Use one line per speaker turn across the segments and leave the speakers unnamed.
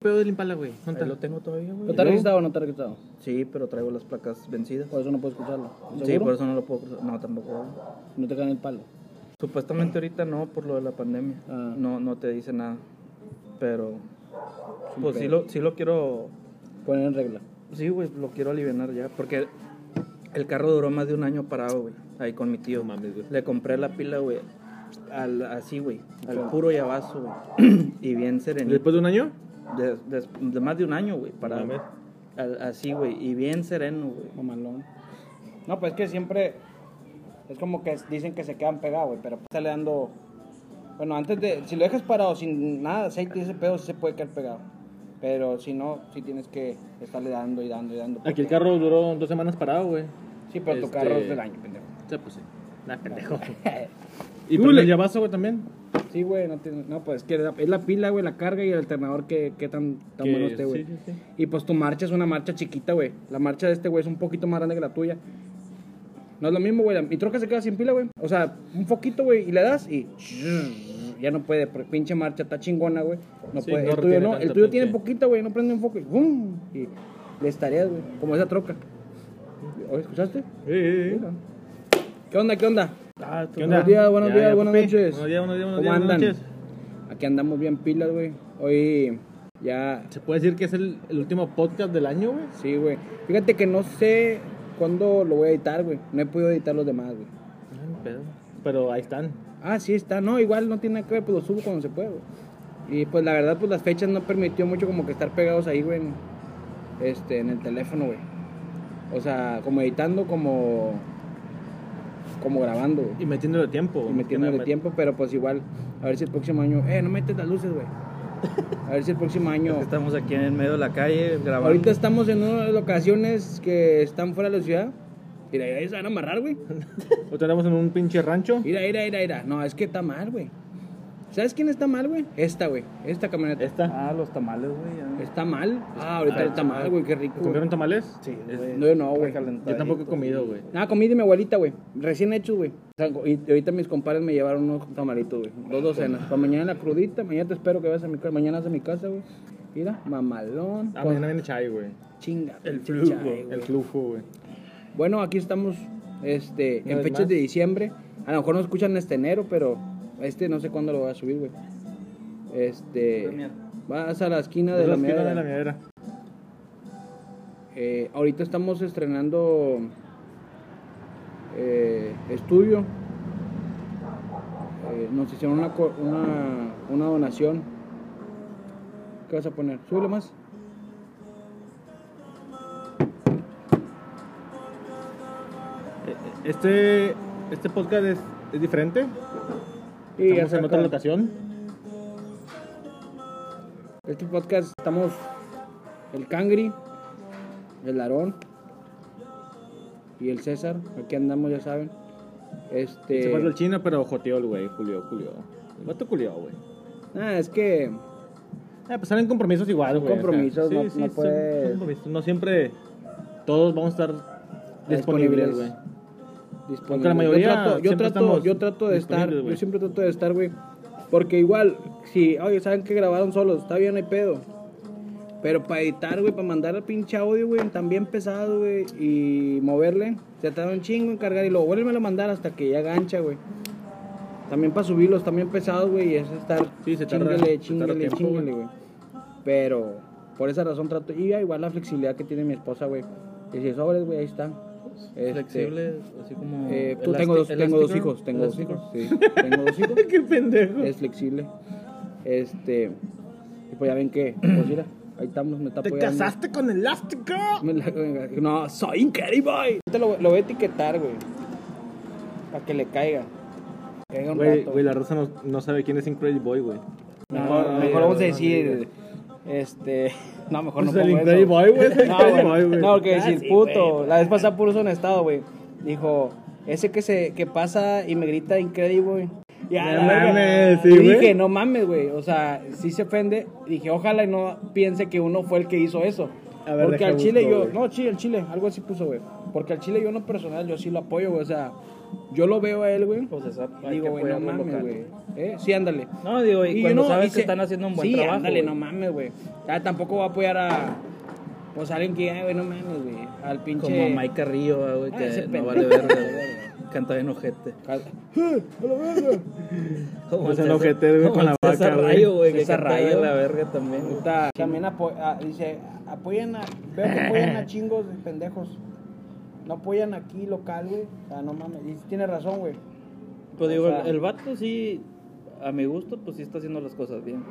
pedo del Impala, güey.
Ahí
Junta.
lo tengo todavía,
¿Lo
güey.
está registrado o no está registrado?
Sí, pero traigo las placas vencidas.
Por eso no puedo escucharlo. ¿Seguro?
Sí, por eso no lo puedo cruzar. No, tampoco. güey.
No te caen el palo.
Supuestamente ahorita no, por lo de la pandemia.
Ah.
No, no te dice nada. Pero.
un
Pues sí
pedo.
lo, sí lo quiero.
Poner en regla.
Sí, güey, lo quiero aliviar ya. Porque el carro duró más de un año parado, güey. Ahí con mi tío.
No mames, güey.
Le compré la pila, güey. Al, así, güey. Al puro y a vaso, güey. y bien serenito.
Después de un año,
De, des- de más de un año, güey, para
Mames.
al- así, güey, y bien sereno, güey.
Mamalón. No, pues es que siempre es como que dicen que se quedan pegados, güey, pero pues, sale dando. Bueno, antes de. Si lo dejas parado sin nada de aceite y ese pedo, sí se puede quedar pegado. Pero si no, sí tienes que estarle dando y dando y dando.
aquí el carro duró dos semanas parado, güey.
Sí, pero tu
este-
carro es del año, pendejo.
O sea, pues sí. Nah, pendejo. y por el llavazo, güey, también.
Sí, güey, no, tiene- no, pues es que la- es la pila, güey, la carga y el alternador que, que tan, tan
Que-
bueno esté, güey.
sí, sí, sí.
Y pues tu marcha es una marcha chiquita, güey. La marcha de este, güey, es un poquito más grande que la tuya. No es lo mismo, güey. la- Mi troca se queda sin pila, güey. O sea, un foquito, güey, y le das y... Ya no puede, porque pinche marcha está chingona, güey. No
Sí,
puede.
no
el tuyo
retiene
no, el
tanta
tuyo tiene
pinche-
poquita, güey, no prende un foco y ¡bum! Y le estarías, güey, como esa troca. ¿Oye, escuchaste?
Eh, eh, eh.
¿Qué onda, qué onda?
¿Qué
Ah, Buenos días, buenos
Ah, Ya,
días,
ya,
buenas
papi.
noches.
Buenos días, buenos días, buenos
¿Cómo
días,
andan?
buenas noches.
Aquí andamos bien pilas, güey. Hoy ya...
¿Se puede decir que es el, el último podcast del año, güey?
Sí, güey. Fíjate que no sé cuándo lo voy a editar, güey. No he podido editar los demás, güey.
Pero, pero ahí están.
Ah, sí está. No, igual no tiene nada que ver, pues lo subo cuando se puede, güey. Y pues la verdad, pues las fechas no permitió mucho como que estar pegados ahí, güey, en, este, en el teléfono, güey. O sea, como editando, como, como grabando, güey.
Y metiéndole tiempo.
Y
más que
metiéndole
nada,
tiempo, pero pues igual, a ver si el próximo año... Eh, no metes las luces, güey. A ver si el próximo año...
Estamos aquí en el medio de la calle grabando.
Ahorita estamos en una de las locaciones que están fuera de la ciudad. Mira, mira, ahí se van a amarrar, güey.
Ahorita andamos en un pinche rancho.
Mira, mira, mira, mira. No, es que está mal, güey. ¿Sabes quién está mal, güey? Esta, güey. Esta camioneta.
Esta.
Ah, los tamales, güey. ya.
Está mal. Ah, ahorita está mal, güey. Qué rico. güey.
¿Comieron tamales?
Sí,
No, yo no, güey.
Yo tampoco he comido, güey.
Ah, comí de mi abuelita, güey. Recién hechos, güey. O sea, y y ahorita mis compadres me llevaron unos tamalitos, güey. Dos docenas. Para mañana la crudita. Mañana te espero que vayas a mi casa. Mañana vas a mi casa, güey. Mira, mamalón.
Ah,
con-
mañana viene Chay, güey.
Chinga.
El
pinche
flujo,
chai, güey.
El flujo, güey.
Bueno, aquí estamos este,
Una
en
vez
fechas
más.
de diciembre. A lo mejor no escuchan este enero, pero este no sé cuándo lo voy a subir, güey. Este. Vas a la esquina de
Es
la,
la esquina de la
mierda.
miadera.
Eh, ahorita estamos estrenando eh, estudio. Eh, nos hicieron una, co- una, una donación. ¿Qué vas a poner? Súbelo más.
Eh, Este, este podcast es, es diferente. Estamos en
acá-
otra locación.
Este podcast estamos el Cangri, el Larón y el César. Aquí andamos, ya saben. Este.
Se fue del chino, pero joteó el güey. Julio, Julio. El vato culió, güey.
Ah, es que
Eh, pues salen compromisos igual, güey. o sea,
compromisos, no- no
son-
puedes-
son compromisos. No siempre todos vamos a estar disponibles,
Disponibles.
güey.
disponible.
Aunque la mayoría
yo trato, yo
siempre
trato,
estamos
yo trato de estar,
disponibles, güey.
yo siempre trato de estar, güey. Porque igual, si, oye, saben que grabaron solos, está bien, no hay pedo. Pero para editar, güey, para mandar al pinche audio, güey, también pesado, güey, y moverle, se tarda un chingo en cargar y luego vuélveme a mandar hasta que ya gancha, güey. También para subirlos, también pesados, güey, y es estar
Sí, se tarda- se tarda
chingale, chingale,
tiempo,
chingale,
güey.
güey. Pero por esa razón trato, y ya igual la flexibilidad que tiene mi esposa, güey. Y si sobres, güey, ahí está. Este,
Flexible, así como.
eh, tú
Elasti-
tengo dos, tengo dos
elastigirl,
hijos, tengo dos
elastigirl.
hijos, sí, tengo dos hijos,
Qué pendejo.
es flexible, este, y pues ya ven que, pues mira, ahí estamos, me está
Te
apoyando.
casaste con Elástico.
Me la- No, soy increíble. Te lo, lo voy a etiquetar, güey, para que le caiga, caiga un
Güey,
rato.
güey, la raza no, no sabe quién es Incredible Boy, güey.
mejor,
no,
mejor
no,
vamos a
no,
decir, este, no, mejor no
Es el
pongo
Incredible
eso.
Boy, güey, es el
No,
Incredible
güey,
Boy, güey.
No, que
Ah,
decir,
sí,
puto.
güey.
la vez pasada puso un estado, güey. Dijo, ese que se que pasa y me grita increíble, güey. Ya,
No
la verga.
mames, sí,
Y
güey.
dije, no mames, güey. O sea, sí se ofende. Dije, ojalá y no piense que uno fue el que hizo eso. A ver, Porque al Chile yo, no, sí, al Chile, algo así puso, güey. Porque al Chile yo no personal, yo sí lo apoyo, güey. O sea, yo lo veo a él, güey.
Pues esa- hay que
Digo, güey, no
apoyarlo
mames,
local.
güey. ¿Eh? Sí, ándale.
No, digo, y,
yo
cuando
no,
sabes
y
que
se-
están haciendo un buen
sí,
trabajo.
ándale,
güey.
no mames, güey. O sea, tampoco voy a apoyar a. Pues a alguien que, ay, güey, no mames, güey. Al pinche.
Como Mike Carrillo, ah, güey,
Ah,
que
ese
no
pendejo.
vale verga, güey. Canta bien ojete.
Cal- ¡Eh, a la verga!
Como
Es
el
el ojete, güey,
como
con
el
la
César
vaca, güey.
Rayo, güey, que
César
canta
Rayo.
bien la verga también. güey.
Puta, También apo- a- dice, apoyan a, veo que apoyan a chingos de pendejos. No apoyan aquí local, güey. O sea, no mames. Y tiene razón, güey.
Pues
O
digo,
sea-
el vato sí, a mi gusto, pues sí está haciendo las cosas bien.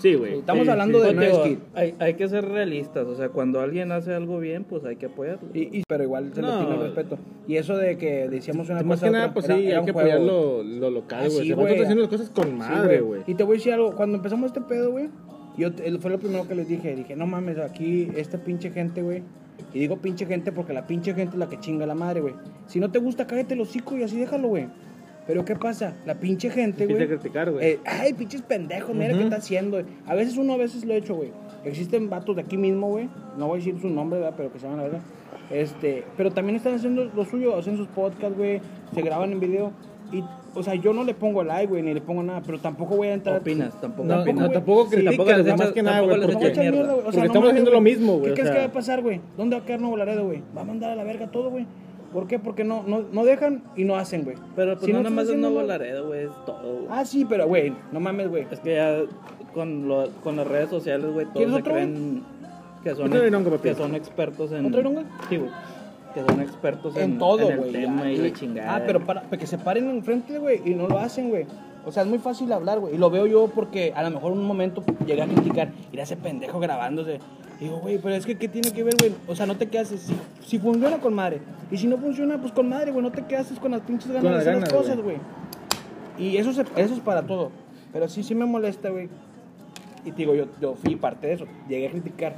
Sí, güey.
Estamos
Sí,
hablando
sí.
de
Pues, digo,
Nice Kid.
hay, hay que ser realistas, o sea, cuando alguien hace algo bien, pues hay que apoyarlo.
Y- y- pero igual se
No.
le tiene el respeto. Y eso de que decíamos una cosa.
Más que
a
nada,
otra,
pues sí,
era- era
hay
un
que
juego.
apoyar lo, lo local,
Ah,
güey.
sí,
El vato
güey.
está haciendo las cosas con
Sí,
madre, güey.
Y te voy a decir algo. Cuando empezamos este pedo, güey, yo eh, fue lo primero que les dije. Dije, no mames, aquí esta pinche gente, güey. Y digo pinche gente porque la pinche gente es la que chinga la madre, güey. Si no te gusta, cállate el hocico y así déjalo, güey. Pero ¿qué pasa? La pinche gente,
Empieza
güey.
a criticar, güey.
eh, ay, pinches pendejos, mira qué está haciendo. güey. A veces uno, a veces lo he hecho, güey. Existen vatos de aquí mismo, güey. No voy a decir su nombre, ¿verdad? Pero que se llaman la verdad. Este, pero también están haciendo lo suyo, hacen sus podcasts, güey. Se graban en video. Y, o sea, yo no le pongo like, güey, ni le pongo nada, pero tampoco voy a entrar.
Opinas, tampoco.
No,
opinas.
no, tampoco
Sí, tampoco
criticas,
les
nada más
echas-
que nada,
tampoco
güey,
les
No
porque-
echas
echas mierda,
mierda.
güey. O sea,
Porque
no
estamos
mames,
haciendo
güey.
lo mismo, güey,
¿Qué
o
crees
sea.
que va a pasar, güey? ¿Dónde va a quedar Nuevo Laredo, güey? Va a mandar a la verga todo, güey. ¿Por qué? Porque no, no, no dejan y no hacen, güey.
Pero pues
Si
no,
estás
nada más es
haciendo
Nuevo
nada-
Laredo, güey, es todo, güey.
Ah, sí, pero, güey, no mames, güey.
Es que ya con, lo- con las redes sociales, güey, todos
¿Quieres
se
otro,
creen que son,
Otro virongo, papi.
que son expertos en...
¿Otro virongo?
Sí, güey. Que son expertos en,
En todo,
en el
güey.
tema
ya.
y la chingada.
Ah, pero para, para que se paren enfrente, güey, y no lo hacen, güey. O sea, es muy fácil hablar, güey. Y lo veo yo porque a lo mejor un momento llegué a criticar, ir a ese pendejo grabándose. Y Digo, güey, pero es que ¿qué tiene que ver, güey? O sea, no te quedas, si, si funciona con madre. Y si no funciona, pues con madre, güey. No te quedas con las pinches ganas
Con
de
las
hacer las
ganas,
cosas, güey. Y eso, se- eso es para todo. Pero sí, sí me molesta, güey. Y te digo, yo, yo fui parte de eso. Llegué a criticar.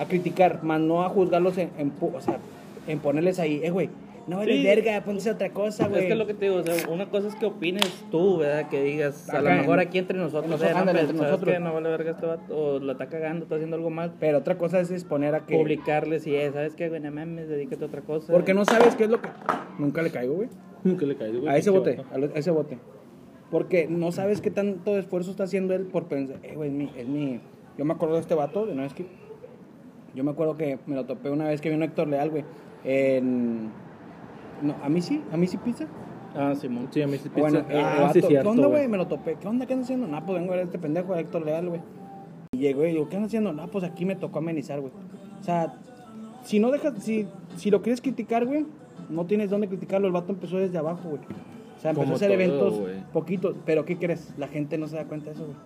A criticar, más no a juzgarlos en, en pu- o sea, en ponerles ahí, eh, güey. No eres
Sí.
verga, ponte otra cosa,
Es
güey.
que es lo que te digo, o sea, una cosa es que opines tú, ¿verdad? Que digas, a
Acá
lo
en-
mejor aquí entre
en
nosotros,
nosotros,
eh, no,
ándale,
Pero
entre
¿sabes
nosotros.
qué? no vale verga este vato, o la está cagando, está haciendo algo mal.
Pero otra cosa es exponer a que.
Publicarles y, eh, ¿sabes qué? Güey, no mames, dedícate a otra cosa.
Porque no sabes qué es lo que. Nunca le caigo, güey.
Nunca le caes, güey.
A ese
pinche
bote,
vato.
a, lo- a ese bote. Porque no sabes qué tanto esfuerzo está haciendo él por pensar, eh, güey, es mi, es mi... Yo me acuerdo de este vato, de no es que... Yo me acuerdo que me lo topé una vez que vino Héctor Leal, güey. En... No, a mí sí, a mí sí pizza.
Ah, Simón.
Sí, a mí sí pizza.
Bueno, eh, el
Ah,
vato,
sí,
¿qué
cierto,
onda, güey? Me lo topé. ¿Qué onda? ¿Qué andas haciendo? Nah, pues vengo a ver a este pendejo, a Héctor Leal, güey. Y llegó y digo, ¿qué andas haciendo? Nah, pues aquí me tocó amenizar, güey. O sea, si no dejas, si, si lo quieres criticar, güey, no tienes dónde criticarlo. El vato empezó desde abajo, güey. O sea, empezó
Como
a hacer
todo,
eventos
güey.
poquitos. Pero, ¿qué crees? La gente no se da cuenta de eso, güey.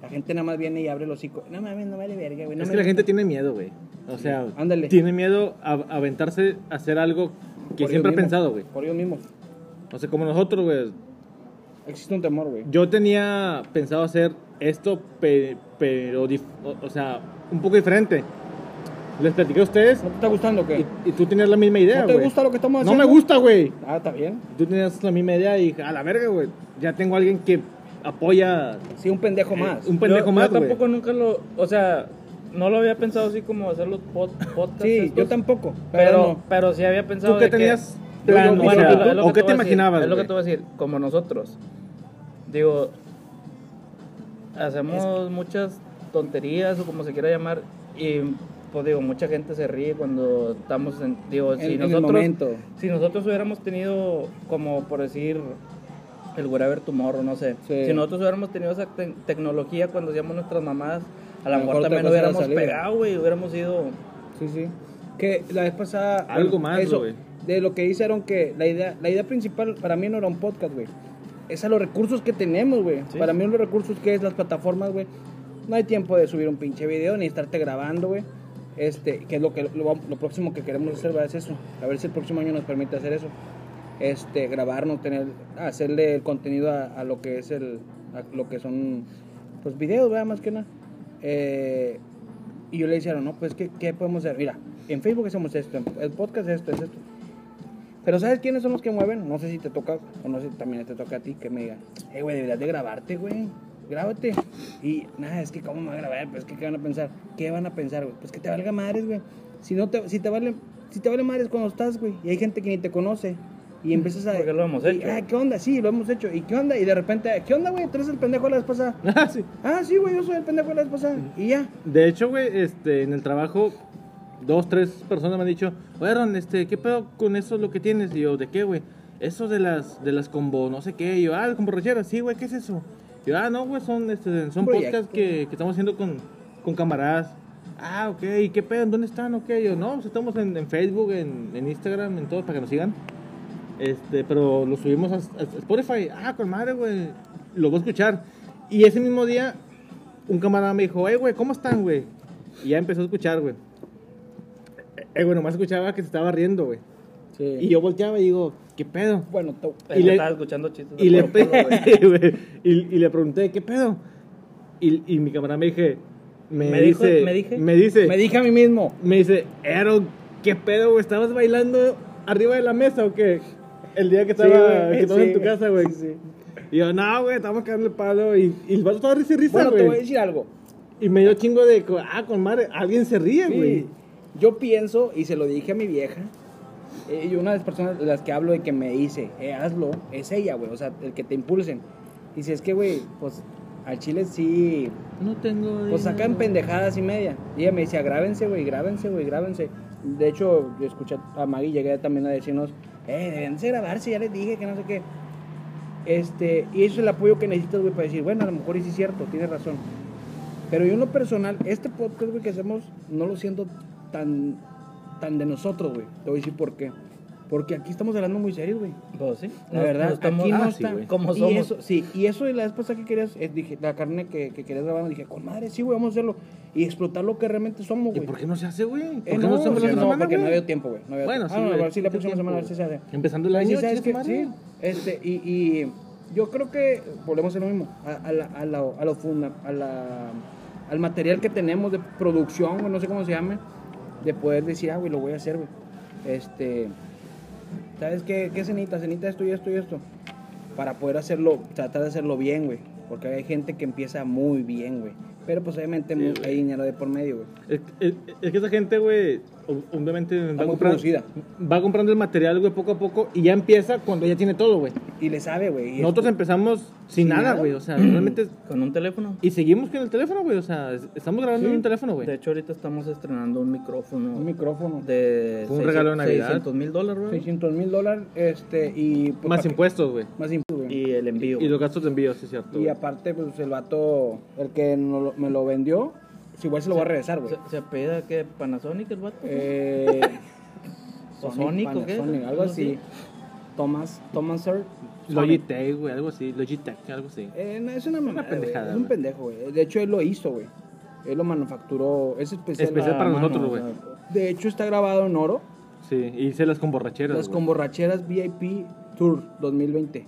La gente nada más viene y abre el hocico. No mames, no vale verga, güey. no
Es
me
que la
gusta".
gente tiene miedo, güey. O sea,
Ándale.
tiene miedo a a aventarse a hacer algo que
Por
siempre ha
ellos mismos,
pensado, güey.
Por ellos mismos.
O sea, como nosotros, güey.
Existe un temor, güey.
Yo tenía pensado hacer esto, pe- pero, dif- o, o sea, un poco diferente. Les platiqué a ustedes
¿No te está gustando o qué?
y, y tú tenías la misma idea,
¿No te
güey.
gusta lo que estamos
No
haciendo?
me gusta, güey.
Ah, está bien.
Tú tenías la misma idea y dije, a la verga, güey. Ya tengo a alguien que apoya
Sí, un pendejo más.
Ah, un pendejo
yo,
más,
yo
güey.
tampoco nunca lo, o sea, no lo había pensado así como hacer los pod- podcasts.
Sí,
estos,
yo tampoco.
pues, Pero,
no.
pero sí había pensado.
¿Tú qué
de que-
tenías?
Bueno,
Yo-
bueno,
o sea,
es lo- es lo
¿O qué te
que te voy a decir,
imaginabas,
Es lo que
güey?
te voy a decir, como nosotros. Digo, hacemos muchas tonterías o como se quiera llamar y pues digo, mucha gente se ríe cuando estamos en, digo,
En-
pues, si
en el
nosotros,
momento.
si nosotros hubiéramos tenido como por decir el Wherever Tomorrow, no sé,
Sí.
si nosotros hubiéramos tenido esa te- tecnología cuando hacíamos nuestras mamadas, a lo
A lo
mejor,
mejor otra
también
cosa hubiera
hubiéramos
salido.
pegado, güey, hubiéramos ido
Sí, sí. Que la vez pasada.
Algo más,
eso,
güey.
De lo que hicieron que la idea, la idea principal para mí no era un podcast, güey. Es a los recursos que tenemos, güey.
Sí,
para
sí.
mí los recursos que es las plataformas, güey. No hay tiempo de subir un pinche video ni estarte grabando, güey. Este, que es lo que lo, lo próximo que queremos hacer va es eso. A ver si el próximo año nos permite hacer eso. Este, grabarnos, tener, hacerle el contenido a, a lo que es el, a lo que son, pues videos, ¿verdad? Más que nada. Eh, y yo le dijeron, no, pues, ¿qué, ¿qué podemos hacer? Mira, en Facebook hacemos esto, en el podcast es esto, es esto. Pero ¿sabes quiénes son los que mueven? No sé si te toca, o no sé si también te toca a ti que me digan, eh, güey, deberías de grabarte, güey. grábate. Y nada, es que cómo me van a grabar, pues que qué van a pensar. ¿Qué van a pensar, güey? Pues que te valga madres, güey. Si no te, si te vale, si te vale madres cuando estás, güey. Y hay gente que ni te conoce. Y empiezas a.
Porque lo hemos
y,
hecho.
ah, ¿qué onda? Sí, lo hemos hecho. ¿Y qué onda? Y de repente, ¿qué onda, güey? Tú eres el pendejo de la vez pasada.
Ah, sí.
Ah, sí, güey, yo soy el pendejo de la vez pasada. Y ya.
De hecho, güey, este, en el trabajo, dos, tres personas me han dicho, oye, Ron, este, ¿qué pedo con eso lo que tienes? Y yo, ¿de qué, güey? Eso de las, de las combo, no sé qué. Y yo, ah, combo borracheras, sí, güey, ¿qué es eso? Y yo, ah, no, güey, son, este, son
Un proyecto.
podcasts que, que estamos haciendo con, con camaradas. Ah, ok, ¿y qué pedo? ¿En ¿Dónde están? Ok, yo, no, pues, estamos en, en Facebook, en, en Instagram, en todo, para que nos sigan. Este, pero lo subimos a, a- a Spotify. Ah, con madre, güey. Lo voy a escuchar. Y ese mismo día, un camarada me dijo, hey, güey, ¿cómo están, güey? Y ya empezó a escuchar, güey. Eh, güey, nomás escuchaba que se estaba riendo, güey.
Sí.
Y yo volteaba y digo, ¿qué pedo?
bueno, to-
Y le-
estaba escuchando chistes. de
Y le,
puro pedo, güey.
güey, y, y le pregunté, ¿qué pedo? Y, y mi camarada me dije, me,
¿Me dijo-
dice,
me dije?
me dice,
me dije a mí mismo.
me dice, Aaron, ¿qué pedo, güey? ¿Estabas bailando arriba de la mesa o qué? El día que estaba,
güey,
que estaba
sí.
en tu casa, güey. Y yo, no, güey, estamos cagando el palo. Y, y el vato estaba risa y risa,
Bueno, te voy a
güey.
decir algo.
Y me dio chingo de, co- ah, con madre, alguien se ríe, Ah, güey.
Sí. Yo pienso, y se lo dije a mi vieja, eh, y una de las personas de las que hablo y que me dice, eh, hazlo, es ella, güey, o sea, el que te impulsen. Y si es que, güey, pues al chile sí,
No tengo.
pues sacan pendejadas y media. Y ella me decía, grábense, güey, grábense, güey, grábense. De hecho, yo escuché a Maggie, llegué también a decirnos, eh, deben de grabarse, ya les dije que no sé qué. Este, y eso es el apoyo que necesitas, güey, para decir, bueno, a lo mejor y sí es cierto, tienes razón. Pero yo en lo personal, este podcast, güey, que hacemos, no lo siento tan, tan de nosotros, güey. Te voy a decir por qué. Porque aquí estamos hablando muy serios, güey.
Pues sí.
La
Nos-
verdad,
nos estamos-
aquí no
Ah, sí,
está.
güey. Como
y
somos.
Eso, sí, y eso de la vez pasada que querías, eh, dije, la carne que, que querías grabar, dije, con madre, sí, güey, vamos a hacerlo. Y explotar lo que realmente somos,
¿Y
güey.
por qué no se hace, güey? ¿Por
Eh,
qué no,
no,
se hace
porque
la
no,
semana,
porque no
güey?
había tiempo, güey. No había
Bueno, sí.
tiempo. Ah, no, a
güey,
ver si la
tiene
próxima semana a ver si se
tiempo,
hace.
güey. Empezando el
Sí,
año,
¿sabes
chinga
qué?
su madre.
Sí, este, y, y yo creo que volvemos a lo mismo, a, a la, a, la, a lo funda- a la- al material que tenemos de producción, güey, no sé cómo se llame, de poder decir, ah, güey, lo voy a hacer, güey. Este, ¿sabes qué? ¿Qué cenita? Cenita esto y esto y esto. Para poder hacerlo, tratar de hacerlo bien, güey. Porque hay gente que empieza muy bien, güey. Pero pues obviamente mu- hay dinero de por medio, güey.
Es, es- es que esa gente, güey, ob- obviamente va
muy
comprando,
producida.
va comprando el material, güey, poco a poco y ya empieza cuando ya tiene todo, güey.
Y le sabe, güey. y
Nosotros empezamos sin,
Sin
nada,
nada.
güey, o sea, realmente.
Con un teléfono.
Y seguimos con el teléfono, güey, o sea, es- estamos grabando en un teléfono,
De
güey.
hecho, ahorita estamos estrenando un micrófono.
Un micrófono.
de
Fue un regalo de Navidad.
600 mil dólares, güey.
600 mil dólares, este, y... pues,
Más
pa' que-
impuestos, güey.
Más impuestos, güey.
Y el envío.
Y los gastos de envío, sí, es cierto.
Y
güey.
aparte, pues el vato, el que no lo- me lo vendió, pues, igual se lo voy a regresar, güey.
se, se apellida que Panasonic el vato.
Eh,
¿O Sonic o qué?
Panasonic, algo así. Thomas, Thomas Sir.
Logitech, güey, algo así. Logitech, algo así.
Eh, no, es una, mamada, güey,
pendejada,
Es un
güey.
pendejo, güey. De hecho, él lo hizo, güey. Él lo manufacturó. Es especial.
Especial
Ah,
para
mano,
nosotros, güey.
o sea, De hecho, está grabado en oro.
Sí, y hice las con borracheras.
Las
güey.
con borracheras VIP Tour 2020.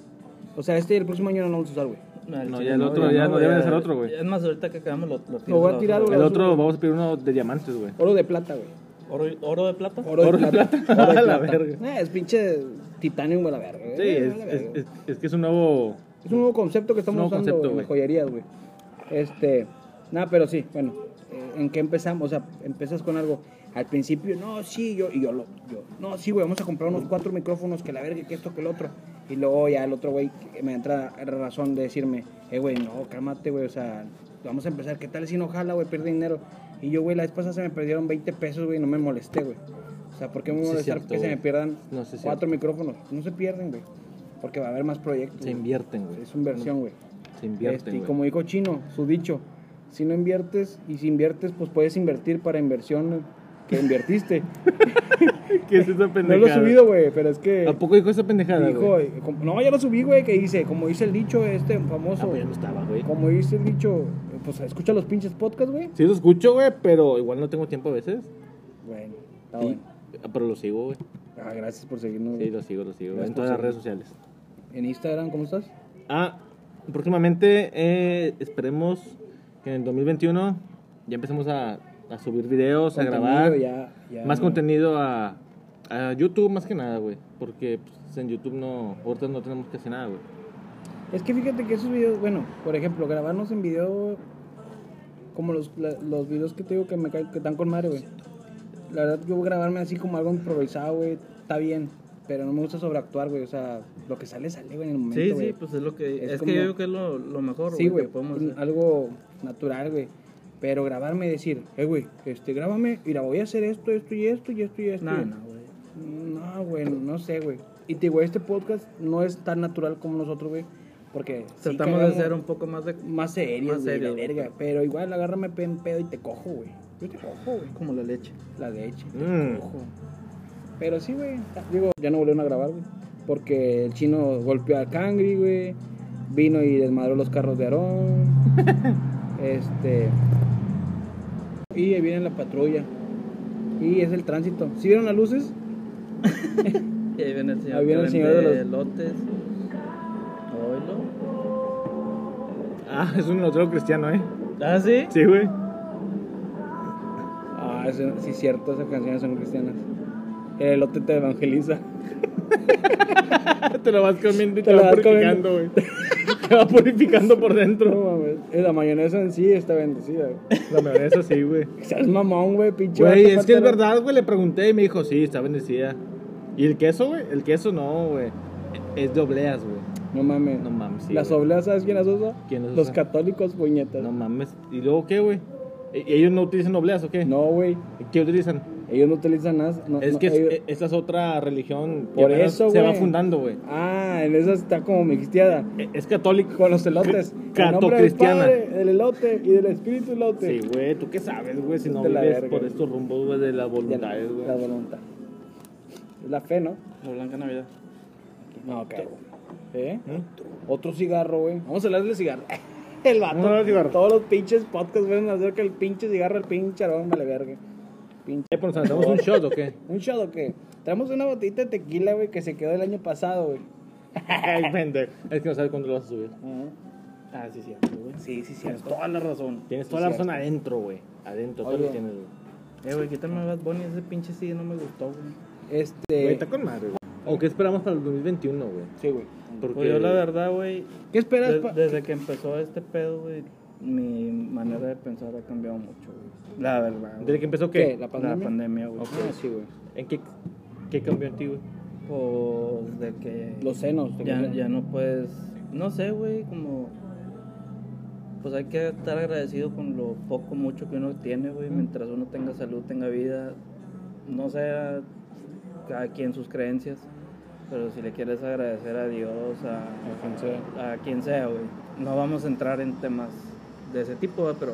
O sea, este y el próximo año no lo vamos a usar, güey.
al
No,
chile,
ya el otro, ya no,
güey,
debe de ser otro, güey.
Es más, ahorita que acabamos lo, lo
Lo voy a tirar,
El otro, vamos a pedir uno de diamantes, güey.
Oro de plata, güey.
Oro, oro de plata.
Oro,
Oro
de
de
plata.
plata.
Oro de
A la
plata.
verga.
Eh, es pinche titanium, güey, la verga. güey.
Sí,
Eh,
es,
la verga,
es,
güey.
es, es que es un nuevo.
Es un nuevo concepto que estamos
Nuevo
usando
concepto,
en
güey.
las joyerías, güey. Este, nada, pero sí, bueno, eh, ¿en qué empezamos? O sea, empiezas con algo. Al principio, no, sí, yo, y yo lo, yo, no, sí, güey, vamos a comprar unos cuatro micrófonos que la verga, que esto, que el otro. Y luego ya el otro güey que me entra razón de decirme, eh, güey, no, cálmate, güey, o sea, vamos a empezar, ¿qué tal si no jala, güey, pierde dinero? Y yo, güey, la vez pasada se me perdieron 20 pesos, güey, y no me molesté, güey. O sea, ¿por qué me
Sí, es
molestar
cierto,
que se
güey.
me pierdan
No, sí, es
cuatro micrófonos? No se pierden, güey, porque va a haber más proyectos.
Se
güey.
invierten, güey.
Es inversión, güey.
Se invierten.
Este, y
güey.
como dijo Chino, su dicho, si no inviertes y si inviertes, pues puedes invertir para inversión que invertiste.
¿Qué es esa
no
pendejada?
lo he subido, güey, pero es que
¿A poco dijo esa pendejada?
dijo,
güey?
eh, como- no, ya lo subí, güey, que dice, como dice el dicho este
Ah,
famoso,
pues ya no estaba, güey.
como dice el dicho, eh, pues escucha los pinches podcasts, güey.
Sí lo escucho, güey, pero igual no tengo tiempo a veces.
Bueno, está
Y-
bueno.
ah, Pero lo sigo, güey.
Ah, gracias por seguirnos.
Sí,
güey.
lo sigo, lo sigo.
Gracias
en
por
todas las
seguir.
redes sociales.
En Instagram, ¿cómo estás?
Ah, próximamente eh, esperemos que en el 2021 ya empecemos a, a subir videos, a
Contenido,
grabar.
ya- ya-
Más contenido a, a YouTube más que nada, güey. Porque pues, en YouTube no, ahorita no tenemos que hacer nada, güey.
Es que fíjate que esos videos, bueno, por ejemplo, grabarnos en video, como los, la- los videos que te digo que me caen- que están con madre, güey. La verdad, yo grabarme así como algo improvisado, güey, está bien, pero no me gusta sobreactuar, güey. O sea, lo que sale, sale, güey, en el momento.
Sí,
güey.
sí, pues es lo que.
Es
Es,
como-
que yo creo que es lo, lo mejor,
Sí,
güey,
güey, Mm,
que podemos
un-
hacer.
algo natural, güey. Pero grabarme y decir, eh, güey, este, grábame, mira, voy a hacer esto, esto y esto y esto y esto.
No, no, güey.
No, güey, no sé, güey. Y te digo, este podcast no es tan natural como nosotros, güey. Porque sí
Tratamos de
cagamos
ser un poco más de.
más serio,
más
güey, la
serio, güey.
verga. Pero igual, agárrame pe- en pedo y te cojo, güey. Yo te cojo, güey.
Como la leche.
La de hecho,
Mm.
te cojo. Pero sí, güey. Digo, ya no volvieron a grabar, güey. Porque el chino golpeó al Cangri, güey. Vino y desmadró los carros de Aarón. este. Y ahí viene la patrulla. Y es el tránsito. ¿Sí vieron las luces?
Y ahí viene el señor.
Ahí viene
que
el señor de
vende
los-
elotes. Oilo.
Ah, es un otro cristiano, ¿eh?
Ah, sí.
Sí, güey.
Ah, eso- sí, cierto, esas canciones son cristianas. El elote te evangeliza.
Te lo vas comiendo y te,
Te lo
lo
vas
vas purificando, güey. te va purificando por dentro.
No mames. Eh, La mayonesa en sí está bendecida. güey.
La verdad es así, güey.
Seas mamón, güey, pinche.
Güey,
vato,
es que es
pártelo.
verdad, güey. Le pregunté y me dijo, sí, está bendecida. ¿Y el queso, güey? El queso no, güey. Es de obleas, güey.
No mames.
No mames, sí,
las
güey.
obleas, ¿sabes quién las usa?
¿Quién las
Los
usa?
católicos, puñetas.
No mames. ¿Y luego qué, güey? ¿E- ¿Ellos no utilizan obleas o qué?
No, güey.
¿Qué utilizan?
Ellos no utilizan nada. no-
es
no,
que es-
ellos-
e- esa es otra religión que
Por
apenas
eso,
se va
güey.
fundando, güey.
Ah, en esa está como mixteada.
E- Es católico.
Con los elotes. En nombre del
Catocristiana.
Padre, del elote y del espíritu elote.
Sí, güey, ¿tú qué sabes, güey? Si no
De la
vives
verga.
por estos rumbos, güey, de las
Ya la,
voluntades,
la
güey.
voluntad. Es La fe, ¿no?
La Blanca Navidad.
No, cabrón. ¿Eh?
¿Eh?
Otro cigarro, güey. Vamos a hablar del cigarro. El vato.
Vamos a hablar del cigarro.
Todos los pinches podcasts fueron acerca del pinche cigarro, el pinche aroma, vale verga. Pinche.
Eh, pues, ¿Nos damos un shot o qué?
¿Un shot o qué? Traemos una botita de tequila, güey, que se quedó el año pasado, güey.
Ay, pendejo. Es que no sabes cuándo lo vas a subir.
Ah, sí, sí. güey.
Sí, sí, sí.
Tienes toda la razón.
Tienes toda la zona adentro, güey. Adentro, todo lo
Oye.
que tienes, güey.
Eh, güey, quítame a Bad Bunny. Ese pinche sí no me gustó, güey.
Güey,
Este.
está con madre, güey. Eh, ¿O qué esperamos para el 2021, güey?
Sí, güey.
Porque
Pues yo, la verdad, güey.
¿Qué esperas?
de-
pa-
desde que empezó este pedo, güey. Mi manera de pensar ha cambiado mucho, güey. La verdad. güey.
¿Desde que empezó
¿Qué?
qué?
¿La
La
pandemia?
pandemia, güey.
Ah, sí, güey.
¿En qué, qué cambió en ti, güey?
Pues de que
Los senos. te
ya,
quedan.
ya no puedes, no sé, güey, como pues hay que estar agradecido con lo poco mucho que uno tiene, güey, mientras uno tenga salud, tenga vida, no sé, cada quien sus creencias, pero si le quieres agradecer a Dios, a,
Alcancé.
a quien sea, güey, no vamos a entrar en temas de ese tipo, güey, pero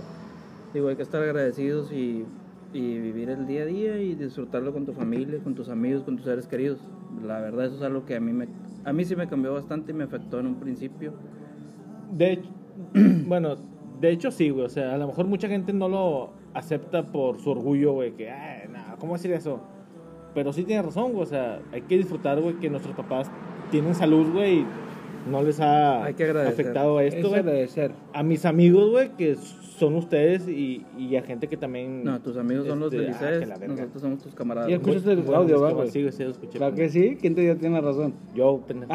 digo, hay que estar agradecidos y, y vivir el día a día y disfrutarlo con tu familia, con tus amigos, con tus seres queridos. La verdad, eso es algo que a mí, me, a mí sí me cambió bastante y me afectó en un principio.
De hecho, bueno, de hecho sí, güey. O sea, a lo mejor mucha gente no lo acepta por su orgullo, güey. Que, ah, no, ¿cómo decir eso? Pero sí tiene razón, güey. O sea, hay que disfrutar, güey, que nuestros papás tienen salud, güey. y No les ha
Hay que agradecer.
afectado esto,
Esto
güey.
es agradecer.
A mis amigos, güey, que son ustedes y, y a gente que también...
No, tus amigos son los
Este,
del
ah, que
ICES,
la verga.
nosotros somos tus camaradas.
Y el
güey.
Escuchaste el
Bueno,
audio,
es que
va, güey.
Sí, güey, sí, lo escuché.
¿Para que sí? ¿Quién te dio tiene razón?
Yo, pendejo.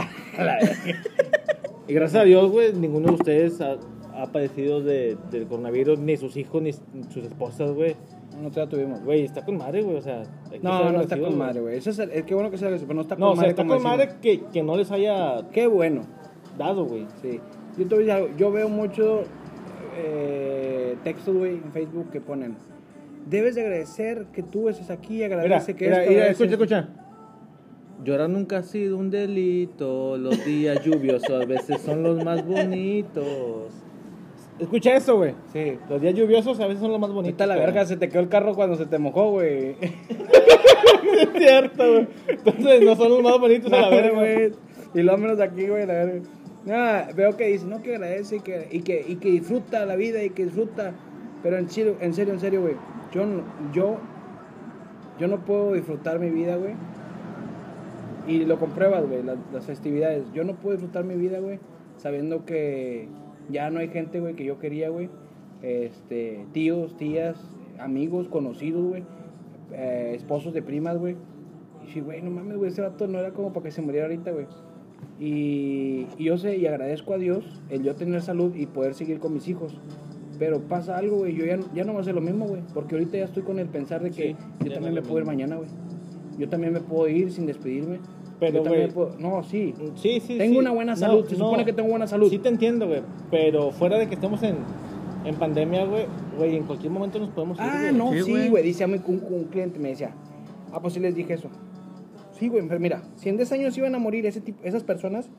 y gracias a Dios, güey, ninguno de ustedes ha, ha padecido de, del coronavirus, ni sus hijos, ni s- sus esposas, güey.
No te la tuvimos.
Güey, está con madre, güey, o sea... hay que
No,
ser
no está
agradecidos,
con madre, güey. Eso es, es que bueno que sea eso, pero no está con
No, o
madre.
sea, está
como
con madre
decimos.
que, que no les haya
Qué bueno,
dado, güey.
sí. Yo te voy a decir algo. Yo veo mucho eh, textos, güey, en Facebook que ponen. Debes de agradecer que tú estés aquí,
Mira,
agradece que
mira,
esto,
mira,
agradece-
escucha, escucha. Llorar nunca ha sido un delito, los días lluviosos a veces son los más bonitos. Escucha eso, güey.
Sí.
Los días lluviosos a veces son los más bonitos.
Bonita la
cabrón.
verga, se te quedó el carro cuando se te mojó, güey.
Es cierto, güey. Entonces no son los más bonitos a la verga, güey.
Y lo menos aquí, güey, la verga. Nada, veo que dice, no, que agradece y que, y que, y que disfruta la vida y que disfruta. Pero en serio, en serio, en serio, güey. Yo, no- yo, yo no puedo disfrutar mi vida, güey. Y lo compruebas, güey, las, las festividades. Yo no puedo disfrutar mi vida, güey, sabiendo que ya no hay gente, güey, que yo quería, güey. Este, tíos, tías, amigos, conocidos, güey. eh, esposos de primas, güey. Y sí, güey, no mames, güey, ese vato no era como para que se muriera ahorita, güey. Y, y yo sé y agradezco a Dios el yo tener salud y poder seguir con mis hijos. Pero pasa algo, güey. Yo ya, ya no voy a hacer lo mismo, güey. Porque ahorita ya estoy con el pensar de que
Sí,
yo
ya no
también
es
me
lo
puedo ir
mismo.
mañana, güey. Yo también me puedo ir sin despedirme.
Pero,
Yo también
güey,
puedo- No, sí.
Sí, sí,
Tengo
sí.
una buena
No,
salud. Se
no.
supone que tengo buena salud.
Sí te entiendo, güey. Pero fuera de que estemos en, en pandemia, güey, güey, en cualquier momento nos podemos ir.
Ah,
güey.
no,
Sí,
sí,
güey.
güey. Dice a mí que un, un cliente me decía, ah, pues sí les dije eso. Sí, güey, pero mira, si en 10 años iban a morir ese tipo, esas personas,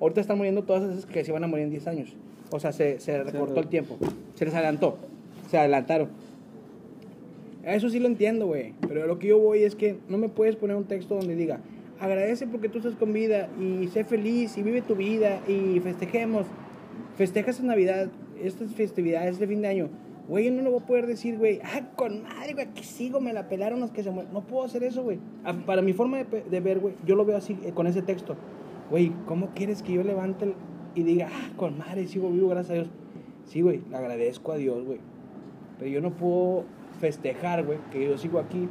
ahorita están muriendo todas esas que se iban a morir en 10 años. O sea, se, se recortó el tiempo, se les adelantó, se adelantaron. Eso sí lo entiendo, güey. Pero a lo que yo voy es que no me puedes poner un texto donde diga, agradece porque tú estás con vida y sé feliz y vive tu vida y festejemos. Festejas en Navidad, estas festividades de fin de año. Güey, yo no lo voy a poder decir, güey, ah, con madre, güey, que sigo, me la pelaron los que se mueren. No puedo hacer eso, güey. Ah, Para mi forma de, pe- de ver, güey, yo lo veo así, eh, con ese texto. Güey, ¿cómo quieres que yo levante el- y diga, ah, con madre, sigo vivo, gracias a Dios? Sí, güey, le agradezco a Dios, güey. Pero yo no puedo festejar, güey, que yo sigo aquí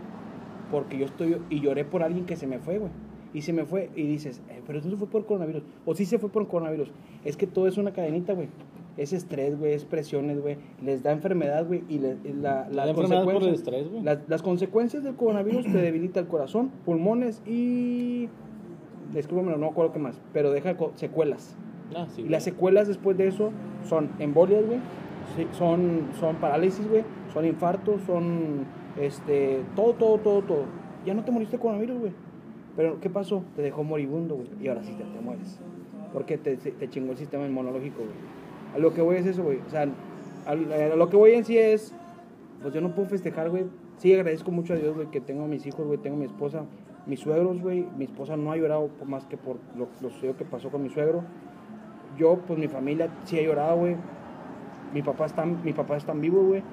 porque yo estoy y lloré por alguien que se me fue, güey. Y se me fue y dices, eh, pero eso no fue por coronavirus. O sí se fue por coronavirus. Es que todo es una cadenita, güey. Es estrés, güey, es presiones, güey. Les da enfermedad, güey. Y le- y la, la
La enfermedad por el
consecuencia-
estrés, Pues, güey.
Las, las consecuencias del coronavirus te debilita el corazón, pulmones y... Discúlpame, no me acuerdo qué más. Pero deja co- secuelas.
Ah, sí,
Y
güey.
las secuelas después de eso son embolias, güey. sí, Son, son parálisis, güey. Son infartos, son. Este. Todo, todo, todo, todo. Ya no te moriste de coronavirus, güey. Pero, ¿qué pasó? Te dejó moribundo, güey. Y ahora sí te, te mueres. Porque te, te chingó el sistema inmunológico, güey. A lo que voy es eso, güey. O sea, a, a lo que voy en sí es. Pues yo no puedo festejar, güey. Sí, agradezco mucho a Dios, güey, que tengo a mis hijos, güey, tengo a mi esposa, mis suegros, güey. Mi esposa no ha llorado por- más que por lo, lo sucedido que pasó con mi suegro yo, pues mi familia sí ha llorado, güey. Mi papá está, mi papá está vivo, güey.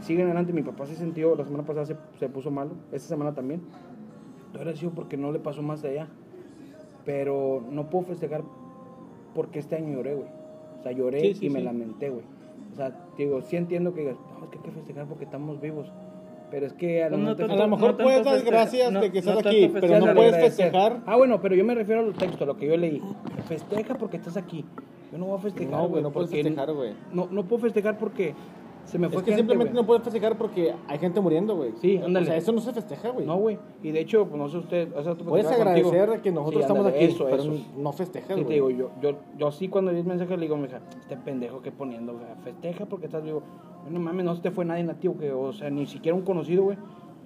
Siguen adelante. Mi papá se sintió, la semana pasada se, se puso malo. Esta semana también. Yo agradecido porque no le pasó más de allá. Pero no puedo festejar porque este año lloré, güey. O sea, lloré
Sí, sí,
y me
sí.
lamenté, güey. O sea, digo, sí entiendo que digas, no, es que hay que festejar porque estamos vivos. Pero es que a lo
Pues no
mejor
tanto-
A lo mejor
no tanto
puedes dar
festejar-
gracias
no-
de que estás
no tanto
aquí, pero
festejar,
no
Ándale,
puedes
agradecer.
festejar.
Ah, bueno, pero yo me refiero al texto, a lo que yo leí. Festeja porque estás aquí. Yo no voy a festejar.
No, güey, no puedes
porque
festejar, güey.
No, no puedo festejar porque se me
Es
fue
que
gente,
simplemente
güey.
no puedes festejar porque hay gente muriendo, güey.
Sí,
O
ándale.
sea, eso no se festeja, güey.
No, güey. Y de hecho, pues no sé usted. o sea, tú
Puedes
platicabas
agradecer
contigo.
que nosotros
Sí,
estamos
ándale,
aquí,
Eso,
pero
eso.
no festejas,
Y
güey.
te digo, yo, yo, yo sí cuando leí el mensaje le digo a mi hija, este pendejo que poniendo, güey, festeja porque estás vivo. No mames, no se te fue nadie nativo, que, o sea, ni siquiera un conocido, güey.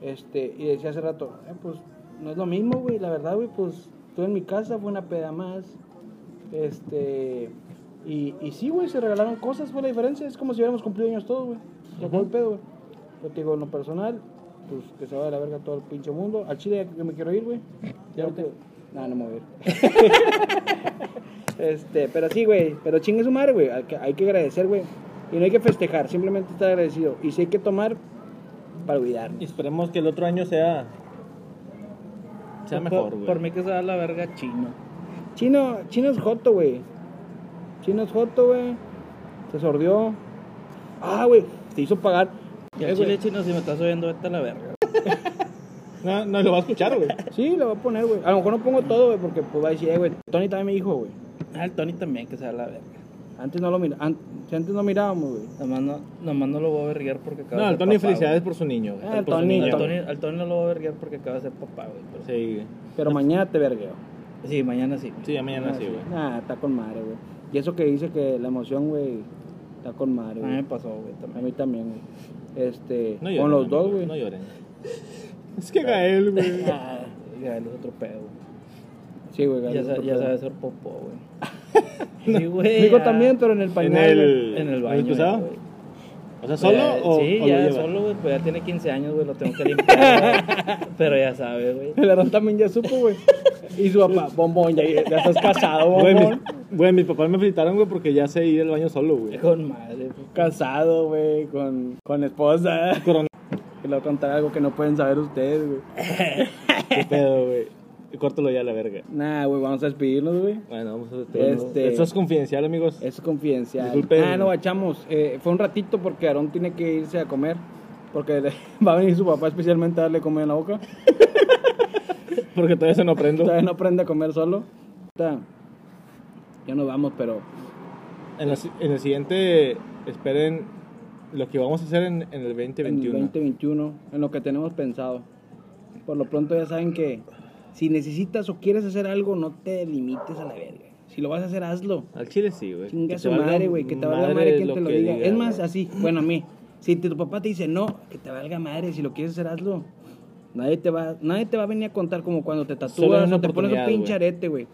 Este, y decía hace rato, "Eh, pues no es lo mismo, güey, la verdad, güey, pues tú en mi casa fue una peda más. Este, y, y sí, güey, se regalaron cosas, fue la diferencia. Es como si hubiéramos cumplido años todos, güey. Se acabó el pedo, güey. Yo te digo, en lo personal, pues que se vaya a la verga todo el pinche mundo. Al Chile yo me quiero ir, güey. Ya no Nada, no me voy a ir. Este, pero sí, güey, pero chingue su madre, güey. Hay que, hay que agradecer, güey. Y no hay que festejar, simplemente estar agradecido. Y si hay que tomar, para
Y
olvidarnos.
esperemos que el otro año sea. sea
Por-
mejor, güey.
por, mí que se da la verga chino.
Chino, chino es joto, güey. Chino es joto, güey. Se sordió. Ah, güey, se hizo pagar.
Y
Eh,
el
güey.
chile chino, si me estás oyendo, vete a la verga.
No, no lo va a escuchar, güey.
Sí, lo voy a poner, güey. A lo mejor no pongo todo, güey, porque pues va a decir, "Eh, güey, Tony también me dijo, güey.
Ah, el Tony también que se da la verga.
Antes no lo mira, an- si antes no mirábamos, güey.
Nomás no, nomás no lo voy a verguiar porque acaba
No,
de
al
ser
Tony,
papá,
felicidades por su niño, güey.
Ah,
por su
Tony,
güey.
niño.
Al Tony, al Tony no lo voy a verguiar porque acaba de ser papá, güey. pero sí.
Sí, güey.
Pero mañana te vergueo.
Sí, mañana sí. güey.
Sí, ya mañana sí, güey.
Ah, está con madre, güey. Y eso que dice que la emoción, güey, está con madre,
A
güey.
mí me pasó, güey,
A
también.
mí también, güey. Este,
Ah. No lloren.
con los
amigo,
dos, güey.
No lloren. Es que Gael, güey.
Ah, ya, el otro pedo, güey.
Sí, güey,
Ya,
Gael,
sa-
otro
ya
pedo.
sabe hacer popó, güey. Sí, güey.
Digo
ya.
también, pero en el
En
pañal. güey.
el.
En el
¿En
baño.
el cruzado?
güey.
O sea, ¿solo
Ya-
o.?
Sí,
o lo
ya
lleva?
solo, güey. Pues ya tiene 15 años, güey, lo tengo que limpiar. güey. pero ya sabe, güey.
El Aarón también ya supo, güey. Y su papá, bombón, ya, ya estás casado,
Güey, mis,
bombón.
güey, mis papás me felicitaron, güey, porque ya sé ir al baño solo, güey.
Es Con madre, güey.
Casado, güey, con, con esposa.
Corona-
Que le voy a contar algo que no pueden saber ustedes, güey.
Qué pedo, güey. Córtalo ya a la verga.
Nah, güey, vamos a despedirnos, güey.
Bueno, vamos a despedirnos.
Este- Eh.
Esto es confidencial, amigos.
Es confidencial.
Disculpen.
Ah, no, bachamos. Eh, fue un ratito porque Aarón tiene que irse a comer. Porque le- va a venir su papá especialmente a darle comer en la boca.
Porque todavía se no aprendo.
Todavía no aprende a comer solo. neta, ya nos vamos, pero
En, la si- en el siguiente, esperen lo que vamos a hacer en, en el
en el
2021.
2021, en lo que tenemos pensado. Por lo pronto ya saben que si necesitas o quieres hacer algo, no te limites a la verga. Si lo vas a hacer, hazlo.
Al chile sí, güey.
Chinga
Que
su
te valga
madre, güey, que te valga madre quien te lo diga. es más,
güey.
así, bueno, a mí, si te- tu papá te dice no, que te valga madre, si lo quieres hacer, hazlo. Nadie te va, nadie te va a venir a contar como cuando te
Solo es
tatúas
una
o te pones un
oportunidad,
pinche
güey.
arete, güey.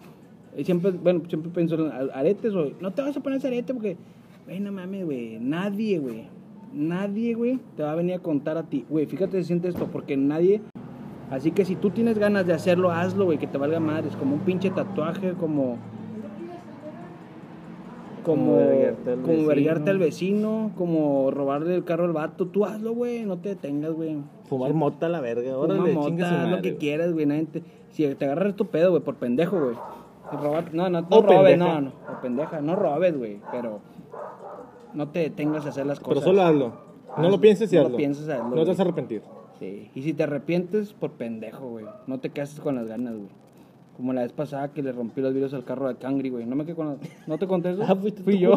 Y Siempre, bueno, siempre pienso en a- aretes, güey. No te vas a poner ese arete porque, güey, no mames, güey. Nadie, güey. Nadie, güey, te va a venir a contar a ti. Güey, fíjate, se siente esto, porque nadie Así que si tú tienes ganas de hacerlo, hazlo, güey, que te valga madre. Es como un pinche tatuaje, como. Como.
Como verguearte al
Como
vecino.
verguearte al vecino, como robarle el carro al vato. Tú hazlo, güey, no te detengas, güey.
Fumar mota a la verga,
Fuma
órale,
mota,
chinga su
haz
madre.
lo que
güey.
quieras, güey. nadie te- Si te agarras tu pedo, güey, por pendejo, güey. Robar- No, no, no
O
robes,
Oh, pendeja.
no, no. O pendeja, no robes, güey, pero. No te detengas a hacer las
Pero
cosas. Ah,
solo hazlo. No lo pienses y
No lo
hazlo.
pienses, hazlo,
No te
güey.
vas a arrepentir.
Sí. Y si te arrepientes, por pendejo, güey. No te quedas con las ganas, güey. Como la vez pasada que le rompí los vidrios al carro de Cangri, güey. No me quedé con las... ¿No te conté eso?
Ah,
Fui yo.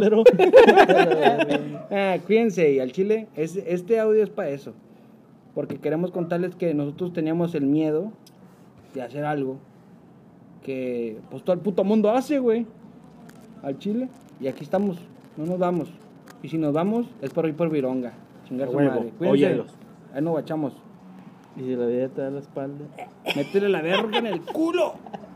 Ah, cuídense. Y al chile, es- este audio es para eso. Porque queremos contarles que nosotros teníamos el miedo de hacer algo que pues todo el puto mundo hace, güey. Al chile. Y aquí estamos. No nos vamos. Y si nos vamos, es por ir por Vironga. Chingar
A
su
huevo.
madre. Cuídense.
Óyelos.
Ahí nos guachamos.
Y si la vida te da la espalda.
Métele la verga en el culo.